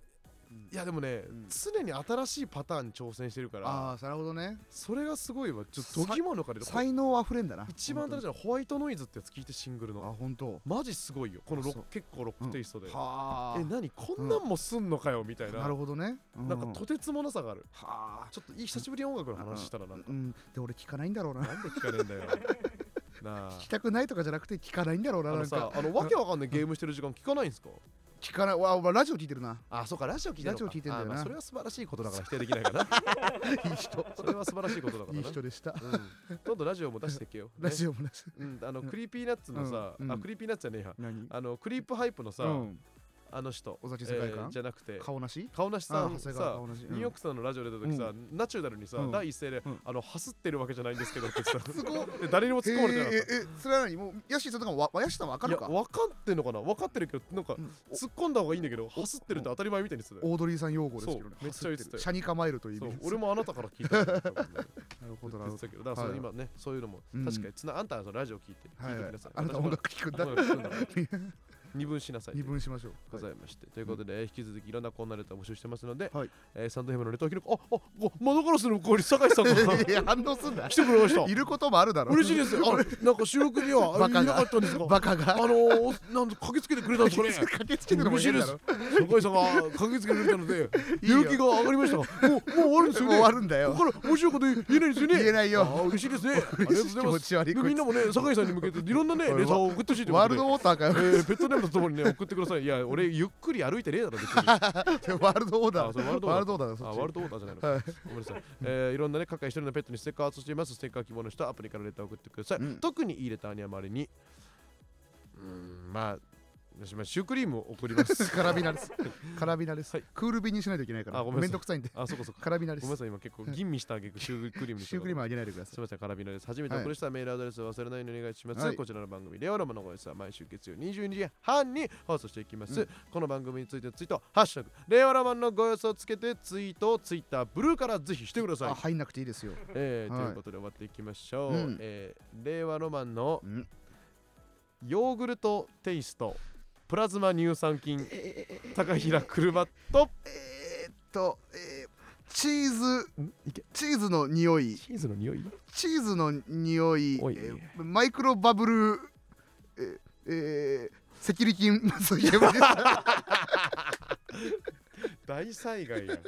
いやでもね、
うん
常に新しいパターンに挑戦してるから
ああなるほどね
それがすごいわちょっとドキモ抜かれる
才能あふれんだな
一番新しいのはホワイトノイズってやつ聞いてシングル
あ
の
本当
マジすごいよこのロッ
あ
ク
そう
結構ロックテイストで、
はあ
え何こんなんもすんのかよみたいな、
なるほどね、う
なんかとてつもなさがある
はあ
ちょっといい久しぶりに音楽の話したらなんか、
うんで俺聞かないんだろうな
なんで聞かねえ んだよなあ
聞きたくないとかじゃなくて聞かないんだろう
あ
なな
の
んか
さあのわけわかんないゲームしてる時間聞かないんですか
聞かないわお前ラジオ聞いてるな
あそうかラジオ聞いてるのか
ラジオ聞いてんだよな
あまあそれは素晴らしいことだから否定できないかな
いい人
それは素晴らしいことだからない
い人でした
うん、どんどんラジオも出してけよ、ね
ラジオもなし
うん、あのクリーピーナッツのさ、
うんうん
あクリーピーナッツじゃねえや
何
あのクリープハイプのさ、
うん、
あの人
尾崎世界観
じゃなくて
顔なし
顔なしさ
あ
ん
長
さ
谷川顔なし、
ニューヨークさんのラジオ出た時さ、
う
ナチュラルにさ、
うん
第一声で、
うん
あのハスってるわけじゃないんですけどって言って
すごっ
たで誰にも突っ込まれてなかっ
へえええそれは何もうヤッシーさんとかもわわヤッシーさんわか
たい
る
や
か
分かってんのかな分かってるけどなんか、
うん
突っ込んだ方がいいんだけどハスってるって当たり前みたいにする
オードリーさん用語ですけどね
そうめっちゃ言ってたよ
シャに構えるという意
そう
味です
俺もあなたから聞いたんだけど
なるほどな
言っ
る
て
ほ
た
ど
けどだからそ
は
れ
い
今ね、そういうのも
うん
確かにつなあんたはそのラジオ聞いて聞
はい
いて
はい
ください、
あなた音楽聞くんだ
音楽聞くんだから二分しなさい
二分しましょう
ございまして、ということで、引き続きいろんなコーナーレターを募集してますので、
はい
えーサンドヘムのレターを記録あああ窓ガラスの向こうに酒井 さんが
いや反応すんな
来てくれました
いることもあるだろ
嬉しいですあなんか収録には
バ
い
カが
なかったんですが
バカ
あ
が
の ー、なんと駆けつけてくれたんですかね
駆けつけてるのもいいんだろ
酒井さんが駆けつけてくれたので
いいよ
勇気が上がりましたがもうもう終わるんです
も
よね
う終わるんだよ
ここから面白いこと言えないですよね
言えないよ
あー嬉しい ですねありがとうござい
気
ま
持
す
ち悪い
で
こいつ
みんなもね酒井さんに向けていろん なねレターを送ってほしいという
ワ
こと
ール
で
ドウォーターか
え
よ
ーペットネームとともにね送ってくださいいや俺ゆっくり歩いてねえだろ別 に
ワールドオーダ
あ
ー
そうワールドオーダー
ワールドオーダーだ
あ
そっ
ワ
ち
ールドウォーターじゃないのか、
はい
ごめんなさい、えーいろんなね各界一人のペットにステッカーを発送していますステッカー希望の人はアプリからレターを送ってください、
うん
特にいいレターにはまれにうーんまあ私もシュークリームを送ります
カラビナですカラビナです
はい
クール便にしないといけないか
あ
ら
ごめんなさい
めんどくさいんで
あそこそこ
カラビナ
ご
で
めん
す
なさい今結構吟味したあげくシュークリームに
シュークリーム
ム
あげないでくださ
すみません、カラビナです。初めてお送りしたメールアドレスを忘れないようにお願いします。
はい
こちらの番組、レオラマの声さ、毎週月曜22時半に放送していきます。
うん
この番組についてのツイート、ハッシュタグ、レオラマンのご様子をつけてツイートをツイッター、ブルーからぜひしてくだ
い
さい
あ。入んなくていいですよ
えー
はい
ということで終わっていきましょう、
うん
えー令和ロマンの
うん
ヨーグルトテイストプラズマ乳酸菌
えー
高平車と
えーっと、えーチーズ
いけ
チーズの匂い
チーズの匂い
チーズの匂い
おい
えーマイクロバブルえーえー セキュリティそういえば
大災害やん